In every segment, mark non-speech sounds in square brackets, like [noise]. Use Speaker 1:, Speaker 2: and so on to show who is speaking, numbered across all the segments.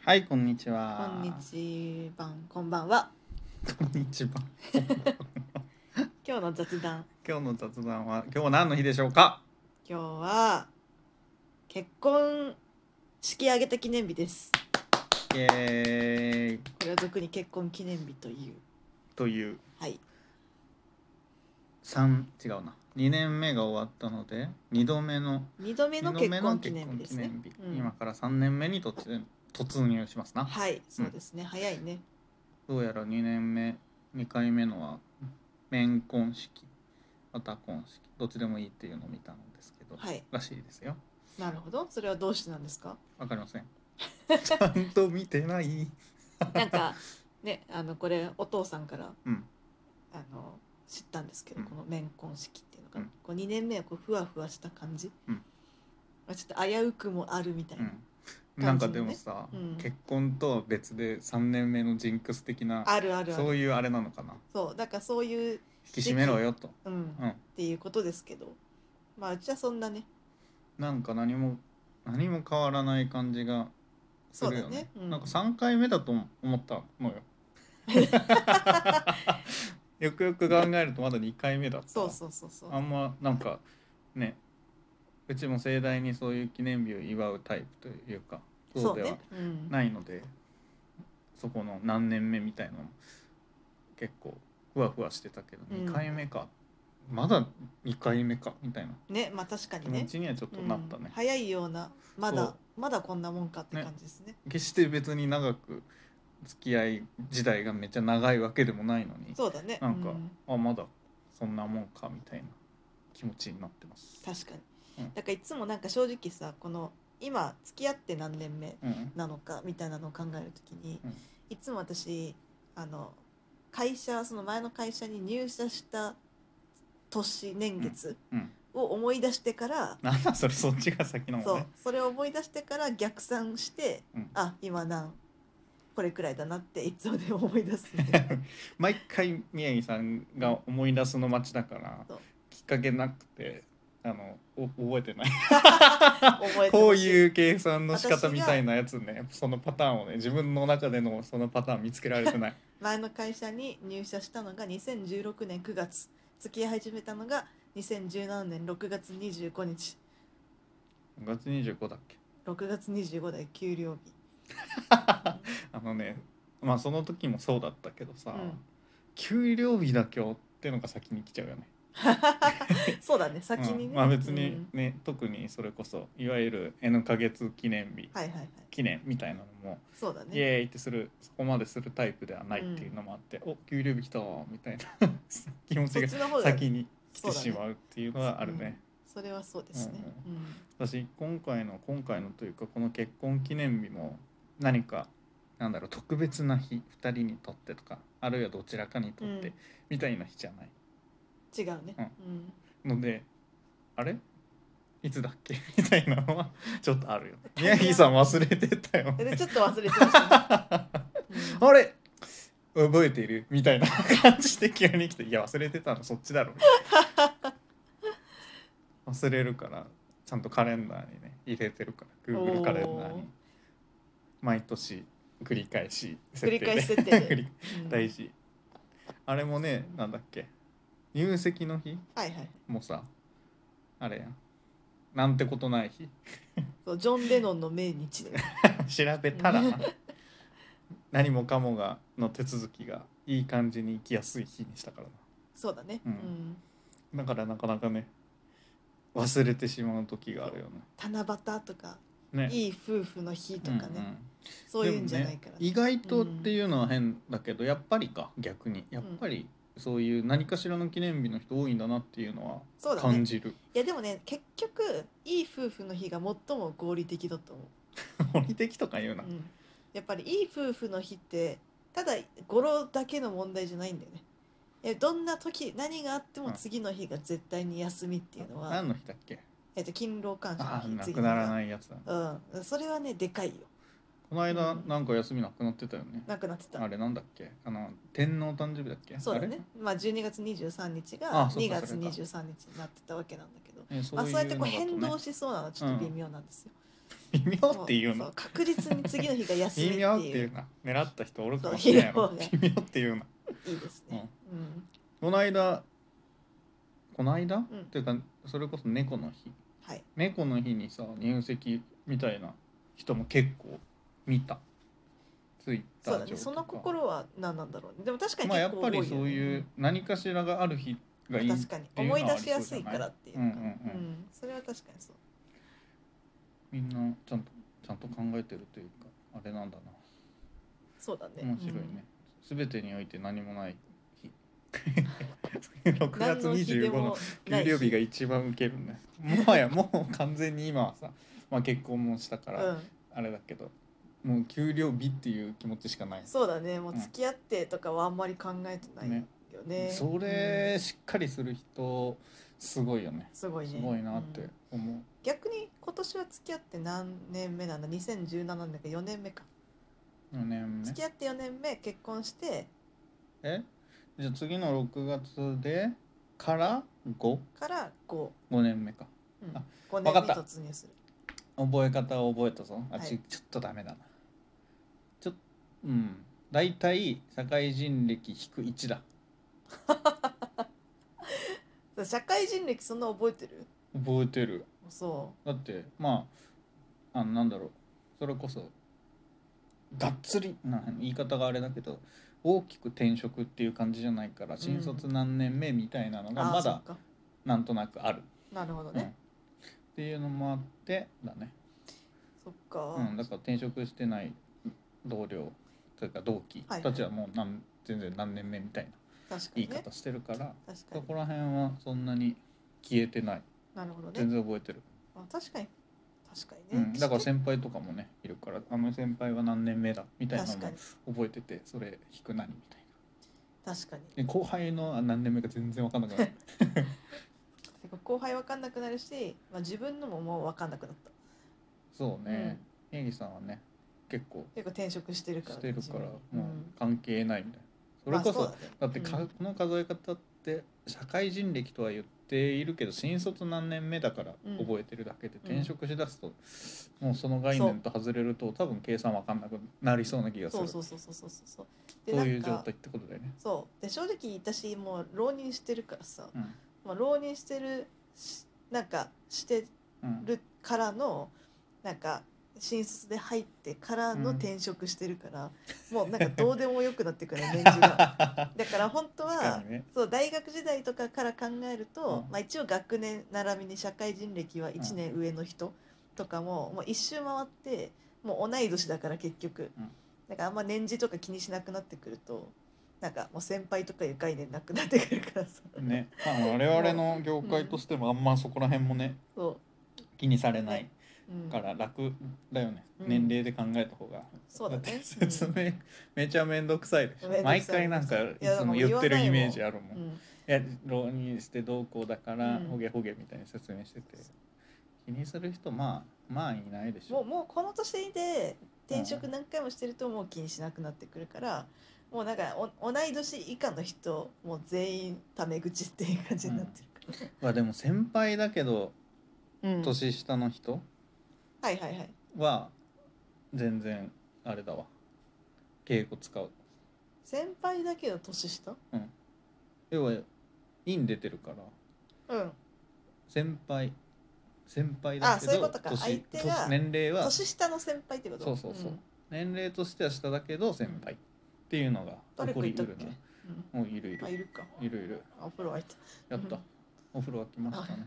Speaker 1: はい、こんにち
Speaker 2: こ
Speaker 1: は。
Speaker 2: んにちは、こんばんは。
Speaker 1: こんにちは。
Speaker 2: 今日の雑談。
Speaker 1: 今日の雑談は、今日は何の日でしょうか。
Speaker 2: 今日は結婚式上げた記念日です。
Speaker 1: イエーイ
Speaker 2: これは俗に結婚記念日という。
Speaker 1: という、
Speaker 2: はい。
Speaker 1: 三、違うな。二年目が終わったので、二度目の。
Speaker 2: 二度目の
Speaker 1: 二
Speaker 2: 結婚記念日ですね
Speaker 1: 度目の結婚記。
Speaker 2: うん
Speaker 1: 念日今から三年目に突入、突入しますな。
Speaker 2: はい、そうですね。早いね。
Speaker 1: どうやら二年目、二回目のは。面婚式。また婚式、どっちでもいいっていうのを見たんですけど。
Speaker 2: はい。
Speaker 1: らしいですよ。
Speaker 2: なるほど。それはどうしてなんで
Speaker 1: [laughs]
Speaker 2: すか。
Speaker 1: わかりません。ちゃんと見てない。
Speaker 2: なんかね、あのこれお父さんから
Speaker 1: うん。
Speaker 2: あの知ったんですけど、
Speaker 1: うん
Speaker 2: この面婚式っていうのが、
Speaker 1: うん
Speaker 2: こう二年目はこうふわふわした感じ。
Speaker 1: うん
Speaker 2: まあちょっと危うくもあるみたいな。
Speaker 1: うん、なんかでもさ、
Speaker 2: 感じのねうん
Speaker 1: 結婚とは別で3年目のジンクス的な
Speaker 2: あるあるある。
Speaker 1: そういうあれなのかな
Speaker 2: そうだからそういう、
Speaker 1: 引き締めろよと、
Speaker 2: うん
Speaker 1: うん
Speaker 2: っ、ていうことですけどまあうちはそんなね
Speaker 1: なんか何も何も変わらない感じがするよ
Speaker 2: そうだ
Speaker 1: ね
Speaker 2: ねうん
Speaker 1: なんか3回目だと思った
Speaker 2: [laughs]
Speaker 1: のよよくよく考えるとまだ2回目だった
Speaker 2: そうそうそうそう
Speaker 1: あんまなんかねうちも盛大にそういう記念日を祝うタイプというかそうでは
Speaker 2: ね、うん、
Speaker 1: ないのでそこの何年目みたいなのも結構ふわふわしてたけど、
Speaker 2: うん
Speaker 1: 2回目かまだ2回目かみたいな
Speaker 2: ねまあ確か
Speaker 1: 気
Speaker 2: に
Speaker 1: 持
Speaker 2: ね
Speaker 1: ちにはちょっとなったね、
Speaker 2: うん早いようなま
Speaker 1: そ
Speaker 2: だ
Speaker 1: う
Speaker 2: まだこんなもんかって感じですね
Speaker 1: 決して別に長く付き合い時代がめっちゃ長いわけでもないのに
Speaker 2: そうだね
Speaker 1: なんか、
Speaker 2: う
Speaker 1: あまだそんなもんかみたいな気持ちになってます。
Speaker 2: 確か
Speaker 1: う
Speaker 2: に
Speaker 1: ん
Speaker 2: だからいつもなんか正直さこの今付き合って何年目
Speaker 1: うん
Speaker 2: なのかみたいなのを考えるときに、
Speaker 1: うん
Speaker 2: いつも私あの会社その前の会社に入社した年年月
Speaker 1: うん、
Speaker 2: を思い出してから、
Speaker 1: なんだそれそっちが先なの
Speaker 2: そう
Speaker 1: ね。
Speaker 2: それを思い出してから逆算して、
Speaker 1: うん
Speaker 2: あ今なんこれくらいだなっていつもで思い出す
Speaker 1: [laughs]
Speaker 2: ね
Speaker 1: 毎回宮城さんが思い出すの待ちだから
Speaker 2: そう
Speaker 1: きっかけなくてあのお覚えてない
Speaker 2: 覚えてほしい
Speaker 1: こういう計算の仕方みたいなやつねそのパターンをね自分の中でのそのパターン見つけられてない
Speaker 2: [laughs] 前の会社に入社したのが2016年9月付き合い始めたのが2017年6月25日
Speaker 1: 5月25だっけ
Speaker 2: 6月25日給料日
Speaker 1: あのねまあその時もそうだったけどさ、
Speaker 2: うん
Speaker 1: 給料日だけをってのが先に来ちゃうよね。
Speaker 2: そうだね先にね、
Speaker 1: うんまあ別
Speaker 2: う
Speaker 1: に
Speaker 2: ん
Speaker 1: ね、特にそれこそいわゆる N ヶ月記念日、
Speaker 2: はいはいはい
Speaker 1: 記念みたいなのも
Speaker 2: そうだ
Speaker 1: イエ
Speaker 2: ね
Speaker 1: ーイってするそこまでするタイプではないっていうのもあって、お給料日来たわみたいな
Speaker 2: [laughs]
Speaker 1: 気持
Speaker 2: そ
Speaker 1: ち
Speaker 2: っ
Speaker 1: が
Speaker 2: ちの方が
Speaker 1: 先に来て
Speaker 2: そうだね
Speaker 1: しまうっていうのはあるね
Speaker 2: それはそうですね、うん
Speaker 1: 私今回の今回のというかこの結婚記念日も何かなんだろう特別な日2人にとってとかあるいはどちらかにとって、
Speaker 2: うん
Speaker 1: みたいな日じゃない
Speaker 2: 違うね、
Speaker 1: うん
Speaker 2: うん
Speaker 1: のであれいつだっけみたいなのはちょっとあるよね宮城さん忘れてたよ、
Speaker 2: で
Speaker 1: ね [laughs]
Speaker 2: ちょっと忘れてました、ねうん
Speaker 1: あれ覚えているみたいな [laughs] 感じで急に来て「いや忘れてたのそっちだろ」
Speaker 2: [laughs]
Speaker 1: 忘れるからちゃんとカレンダーにね入れてるから Google カレンダー
Speaker 2: おー
Speaker 1: に毎年繰り返し
Speaker 2: 繰り返し設定
Speaker 1: で [laughs] 繰
Speaker 2: で
Speaker 1: り
Speaker 2: うん
Speaker 1: 大事あれもねなんだっけ入籍の日
Speaker 2: はいはい
Speaker 1: もさあれやんなんてことない日
Speaker 2: そうジョン・レノンの命日で
Speaker 1: 調べたらな何もかもがの手続きがいい感じに行きやすい日にしたからな
Speaker 2: そうだね、
Speaker 1: うん
Speaker 2: うん
Speaker 1: だからなかなかね忘れてしまう時があるよ
Speaker 2: 七夕とか、
Speaker 1: ね。ね
Speaker 2: いい夫婦の日とかね、
Speaker 1: うんうん
Speaker 2: そういうんじゃないから、
Speaker 1: でもね意外とっていうのは変だけど、やっぱりか逆にやっぱりそういう何かしらの記念日の人多いんだなっていうの
Speaker 2: そう
Speaker 1: は
Speaker 2: だね
Speaker 1: 感じる。 [laughs]
Speaker 2: いやでもね結局いい夫婦の日が最も合理的だと思
Speaker 1: 合理的とか言う
Speaker 2: う、
Speaker 1: な
Speaker 2: う。ん、やっぱりいい夫婦の日ってただ語呂だけの問題じゃないんだよねえどんな時何があっても次の日が絶対に休みっていうのは、
Speaker 1: 何の日だっけ？
Speaker 2: えっと勤労感謝の
Speaker 1: ああ
Speaker 2: 日
Speaker 1: な
Speaker 2: 次
Speaker 1: くなら
Speaker 2: い、
Speaker 1: ないやつだね。
Speaker 2: うん、それはねでかいよ
Speaker 1: この間
Speaker 2: うん
Speaker 1: なんか休みなくなってたよね。
Speaker 2: なくなってた
Speaker 1: あれなんだっけ？あの天皇誕生日だっけ？
Speaker 2: そうだ
Speaker 1: あ
Speaker 2: ね。まあ12月23日
Speaker 1: あ
Speaker 2: が
Speaker 1: そう
Speaker 2: 2
Speaker 1: かそ
Speaker 2: 月
Speaker 1: れか
Speaker 2: 23日になってたわけなんだけど、
Speaker 1: れ。えそ
Speaker 2: まあそうやってこう
Speaker 1: のだとね
Speaker 2: 変動しそうなのはちょっと微妙なんですよ。
Speaker 1: 微妙っていう
Speaker 2: そ
Speaker 1: の
Speaker 2: う確実に次の日が休みっ
Speaker 1: [laughs] 微
Speaker 2: て
Speaker 1: 妙って
Speaker 2: い
Speaker 1: いううな狙った人おるかもしれないやろ
Speaker 2: そう
Speaker 1: 微妙っていうない
Speaker 2: いですね、うん
Speaker 1: この間この間、
Speaker 2: ん
Speaker 1: っていうかそれこそ猫の日
Speaker 2: はい
Speaker 1: 猫の日にさ入籍みたいな人も結構見たツイッター
Speaker 2: そう
Speaker 1: 上
Speaker 2: だね
Speaker 1: とか
Speaker 2: その心は何なんだろうねでも確かに
Speaker 1: まあや
Speaker 2: 結
Speaker 1: っ
Speaker 2: 構
Speaker 1: ぱ
Speaker 2: 多いよね、
Speaker 1: りそういう何かしらがある日がいい
Speaker 2: 確かに思い出しやすいからっていうか、
Speaker 1: うんうんうん
Speaker 2: それは確かにそう
Speaker 1: みんなちゃんとちゃんと考えてるというかあれなんだな
Speaker 2: そうだね
Speaker 1: 面白いね、全てにおいて何もない日 [laughs] 6
Speaker 2: うん何
Speaker 1: 月
Speaker 2: の日で
Speaker 1: 25の
Speaker 2: もない
Speaker 1: 給
Speaker 2: 日
Speaker 1: 料日が一番ウケるねもはやもう完全に今はさ、 [laughs] まあ、結婚もしたか
Speaker 2: う
Speaker 1: ら
Speaker 2: ん、
Speaker 1: あれだけど、もう給料日っていう気持ちしかない
Speaker 2: そうだねもう
Speaker 1: うん
Speaker 2: 付き合ってとかはあんまり考えてないよ
Speaker 1: ね
Speaker 2: ね
Speaker 1: それしっかりする人すごいよね
Speaker 2: うんすごいね
Speaker 1: すごいなって
Speaker 2: うん
Speaker 1: 思う、
Speaker 2: 逆に今年は付き合って何年目なんだ2017年だから4年目か
Speaker 1: 4年目
Speaker 2: 付き合って4年目結婚して
Speaker 1: えじゃあ次の6月でから55
Speaker 2: から5、
Speaker 1: 年目か
Speaker 2: うん
Speaker 1: あ、
Speaker 2: 5年目
Speaker 1: わかった
Speaker 2: 突入する
Speaker 1: 覚え方を覚えたぞあ、
Speaker 2: はい
Speaker 1: ちちょっとダメだなちょうん大体社会人歴引く1だ
Speaker 2: 社会人歴そんな覚えてる
Speaker 1: 覚えてる
Speaker 2: そ
Speaker 1: だってまああのなんだろうそれこそがっつりな言い方があれだけど大きく転職っていう感じじゃないから新卒何年目みたいなの
Speaker 2: う
Speaker 1: が
Speaker 2: あー
Speaker 1: ま
Speaker 2: そ
Speaker 1: だ
Speaker 2: っか
Speaker 1: なんとなくある、
Speaker 2: なるほど
Speaker 1: うん、っ
Speaker 2: ね、
Speaker 1: ていうのもあってだね、
Speaker 2: そっか、
Speaker 1: うん、だから転職してない同僚というか同期
Speaker 2: はい
Speaker 1: たちはもう何全然何年目みたいな
Speaker 2: 確か
Speaker 1: 言い
Speaker 2: にね
Speaker 1: 方してるから
Speaker 2: 確か
Speaker 1: そ
Speaker 2: に
Speaker 1: こら辺はそんなに消えてない
Speaker 2: なるほどね
Speaker 1: 全然覚えてる
Speaker 2: あ確かに確か
Speaker 1: う
Speaker 2: にね、
Speaker 1: ん、だから
Speaker 2: 確
Speaker 1: 先輩とかもねいるからあの先輩は何年目だみたいなのも
Speaker 2: かに
Speaker 1: 覚えててそれ引く何みたい
Speaker 2: 確かに
Speaker 1: なで後輩の何年目か全然分かんなくな
Speaker 2: [laughs]
Speaker 1: る
Speaker 2: てか後輩わかんなくなるし、まあ、自分のももうわかんなくなった
Speaker 1: そうね英義、さんはね結構
Speaker 2: 結構転職してるから
Speaker 1: してるからも
Speaker 2: 自
Speaker 1: う
Speaker 2: 分
Speaker 1: 関係ないみたい
Speaker 2: うん
Speaker 1: なそれこそ、
Speaker 2: まあ
Speaker 1: だ
Speaker 2: うね
Speaker 1: ってか、
Speaker 2: うん
Speaker 1: この数え方って社会人歴とは言っているけど新卒何年目だから
Speaker 2: うん
Speaker 1: 覚えてるだけで、
Speaker 2: うん
Speaker 1: 転職しだすともうその概念と外れると多分計算分かんなくなりそうな気がす
Speaker 2: そ
Speaker 1: る
Speaker 2: う
Speaker 1: そ
Speaker 2: そううそうそうそうそうそう
Speaker 1: いう状
Speaker 2: なんか
Speaker 1: 態ってことだよね。
Speaker 2: そうで正直私もう浪人してるからさ、
Speaker 1: うん
Speaker 2: まあ、浪人してるしなんかして
Speaker 1: うん
Speaker 2: るからのなんか新卒で入ってからの転職してるから、もうなんかどうでもよくなってくるね年
Speaker 1: [laughs]
Speaker 2: 次がだから本当
Speaker 1: 確か
Speaker 2: は
Speaker 1: にね
Speaker 2: そう大学時代とかから考えると、
Speaker 1: うん
Speaker 2: まあ、一応学年並びに社会人歴は1年上の人とかも,、もう一周回ってもう同い年だから結局、
Speaker 1: うん
Speaker 2: なんかあんま年次とか気にしなくなってくるとなんかもう先輩とかいう概念なくなってくるからさ、
Speaker 1: ね、まあ我々の業界としてもあんま [laughs] そこら辺もね
Speaker 2: そ
Speaker 1: 気にされない
Speaker 2: うん、
Speaker 1: から楽だよね、
Speaker 2: うん
Speaker 1: 年齢で考えた方が
Speaker 2: そうだ
Speaker 1: っ
Speaker 2: ね
Speaker 1: て説明めちゃめんどくさいでしょ
Speaker 2: めんどくさい
Speaker 1: 毎回なんかい
Speaker 2: いや
Speaker 1: つも言ってるイメージある
Speaker 2: う
Speaker 1: もん
Speaker 2: ん、
Speaker 1: いや浪人してどうこうだから
Speaker 2: うん
Speaker 1: ほげほげみたいに説明してて気にする人まあまあいないでし
Speaker 2: もう
Speaker 1: ょ
Speaker 2: もうこの年で転職何回もしてるともう気にしなくなってくるから、もうなんかお同い年以下の人もう全員タメ口っていう感じになってるか
Speaker 1: まあでも先輩だけど
Speaker 2: ら、うん
Speaker 1: 年下の人
Speaker 2: はいはいはい
Speaker 1: は全然あれだわ敬語使う
Speaker 2: 先輩だけど年下
Speaker 1: 要は院出てるから
Speaker 2: うん
Speaker 1: 先輩先輩だけど
Speaker 2: あそういうことか
Speaker 1: 年
Speaker 2: 相手が
Speaker 1: 年年齢は
Speaker 2: 年下の先輩ってこと
Speaker 1: そうそうそう年齢としては下だけど先輩っていうのが
Speaker 2: 誰
Speaker 1: 起こ
Speaker 2: か
Speaker 1: り
Speaker 2: いうたっ
Speaker 1: る
Speaker 2: け、
Speaker 1: な
Speaker 2: う
Speaker 1: もういるい
Speaker 2: ん、あ
Speaker 1: る
Speaker 2: いるか
Speaker 1: いるいる
Speaker 2: あお風呂入った
Speaker 1: やった
Speaker 2: うん
Speaker 1: お風呂沸きました
Speaker 2: は
Speaker 1: ね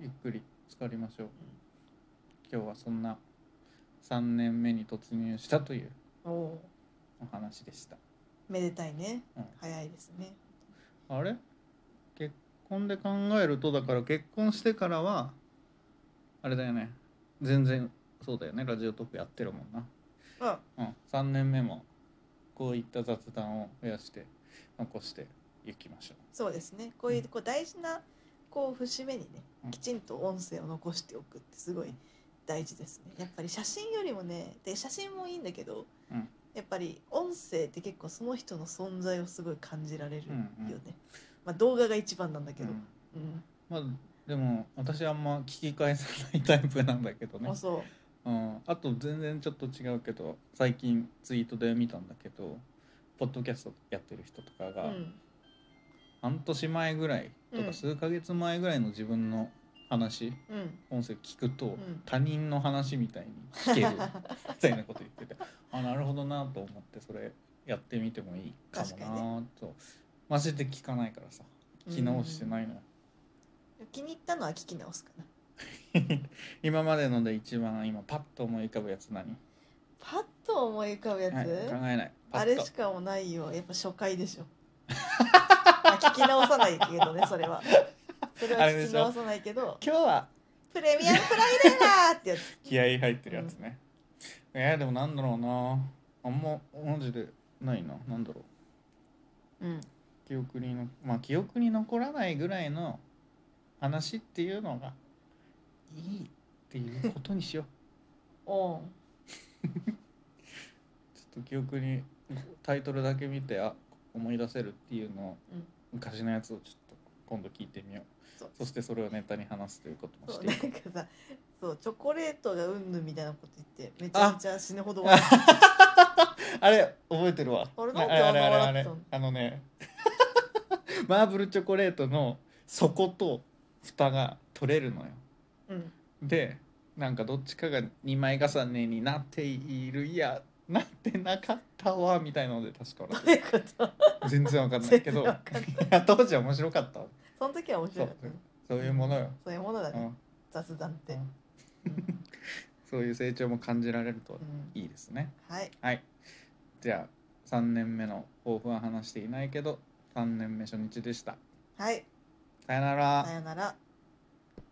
Speaker 1: ゆっくり浸かりましょう今日はそんな3年目に突入したという
Speaker 2: おお
Speaker 1: お話でした
Speaker 2: めでたいね、
Speaker 1: うん
Speaker 2: 早いですね
Speaker 1: あれ結婚で考えるとだから結婚してからはあれだよね全然そうだよねラジオトークやってるもんな
Speaker 2: う
Speaker 1: う
Speaker 2: ん
Speaker 1: ん、3年目もこういった雑談を増やして残していきましょ
Speaker 2: そうですねこういうこう大事なこう節目
Speaker 1: うん
Speaker 2: にねきちんと音声を残しておくってすごい大事ですねやっぱり写真よりもねで写真もいいんだけど、
Speaker 1: うん
Speaker 2: やっぱり音声って結構その人の存在をすごい感じられるよね、
Speaker 1: うんうん
Speaker 2: まあ動画が一番なんだけ
Speaker 1: う、
Speaker 2: ど、
Speaker 1: うん
Speaker 2: うん
Speaker 1: まあでも私あんま聞き返さないタイプなんだけどね
Speaker 2: あ、そう
Speaker 1: うん、あと全然ちょっと違うけど最近ツイートで見たんだけどポッドキャストやってる人とか
Speaker 2: う
Speaker 1: が、
Speaker 2: ん
Speaker 1: 半年前ぐらいと
Speaker 2: う
Speaker 1: か
Speaker 2: ん
Speaker 1: 数ヶ月前ぐらいの自分の話、
Speaker 2: うん
Speaker 1: 音声聞くと、
Speaker 2: ん
Speaker 1: 他人の話みたいに聞け
Speaker 2: [laughs]
Speaker 1: るみたいなこと言っててあなるほどなと思ってそれやってみてもいいか
Speaker 2: 確かに
Speaker 1: もなと、マジで聞かないからさ機能してないのよ、
Speaker 2: 気に入ったのは聞き直すかな
Speaker 1: [laughs] 今までので一番今パッと思い浮かぶやつ何
Speaker 2: パッと思い浮かぶやつ、
Speaker 1: はい、考えないパ
Speaker 2: あ
Speaker 1: ッ
Speaker 2: れ
Speaker 1: と
Speaker 2: しかもないよやっぱ初回でし [laughs] ょまあ聞き直さないけどねそれはそれは
Speaker 1: あれで
Speaker 2: 聞き
Speaker 1: しょ
Speaker 2: 直さないけど
Speaker 1: 今日は
Speaker 2: プレミアムプライデーだーってやつ
Speaker 1: 気合い入ってるやつね、えー、でもなんだろうなあんまマジでないななんだろう
Speaker 2: うん
Speaker 1: 記憶にのまあ記憶に残らないぐらいの話っていうのがいいっていうことにし
Speaker 2: [laughs]
Speaker 1: よう
Speaker 2: おう
Speaker 1: ちょっと記憶にタイトルだけ見てあ思い出せるっていうのを、
Speaker 2: うん
Speaker 1: 昔のやつをちょっと今度聞いてみよう
Speaker 2: そう
Speaker 1: そしてそれをネタに話すということも
Speaker 2: そ
Speaker 1: し
Speaker 2: う
Speaker 1: てい
Speaker 2: なん
Speaker 1: こう
Speaker 2: かさそうチョコレートがうんぬんみたいなこと言ってめちゃめちゃ死ぬほど笑
Speaker 1: あれ覚えてるわ
Speaker 2: あ
Speaker 1: あ
Speaker 2: れなんで
Speaker 1: れあれ
Speaker 2: あんな
Speaker 1: あれあ
Speaker 2: 笑っ
Speaker 1: れ
Speaker 2: てたの
Speaker 1: あのね [laughs] マーブルチョコレートの底と蓋が取れるのよ
Speaker 2: う、うん、
Speaker 1: でなんかどっちかが2枚重ねになっているいやなってなかったわみたいなので確か
Speaker 2: ど
Speaker 1: 笑っ
Speaker 2: ういうこと
Speaker 1: て全然わかんない
Speaker 2: 全
Speaker 1: け
Speaker 2: 然
Speaker 1: どい
Speaker 2: わかんない
Speaker 1: や [laughs] 当時は面白かったわ
Speaker 2: その時は面
Speaker 1: そ
Speaker 2: 白か
Speaker 1: う
Speaker 2: ったね
Speaker 1: そういうものよ、
Speaker 2: そういうものだ
Speaker 1: う
Speaker 2: ね、
Speaker 1: ん、
Speaker 2: 雑談って、
Speaker 1: [laughs] そういう成長も感じられると
Speaker 2: うん、
Speaker 1: いいですね
Speaker 2: はい
Speaker 1: はいじゃあ3年目の抱負は話していないけど3年目初日でした
Speaker 2: はい
Speaker 1: さよなら
Speaker 2: さよなら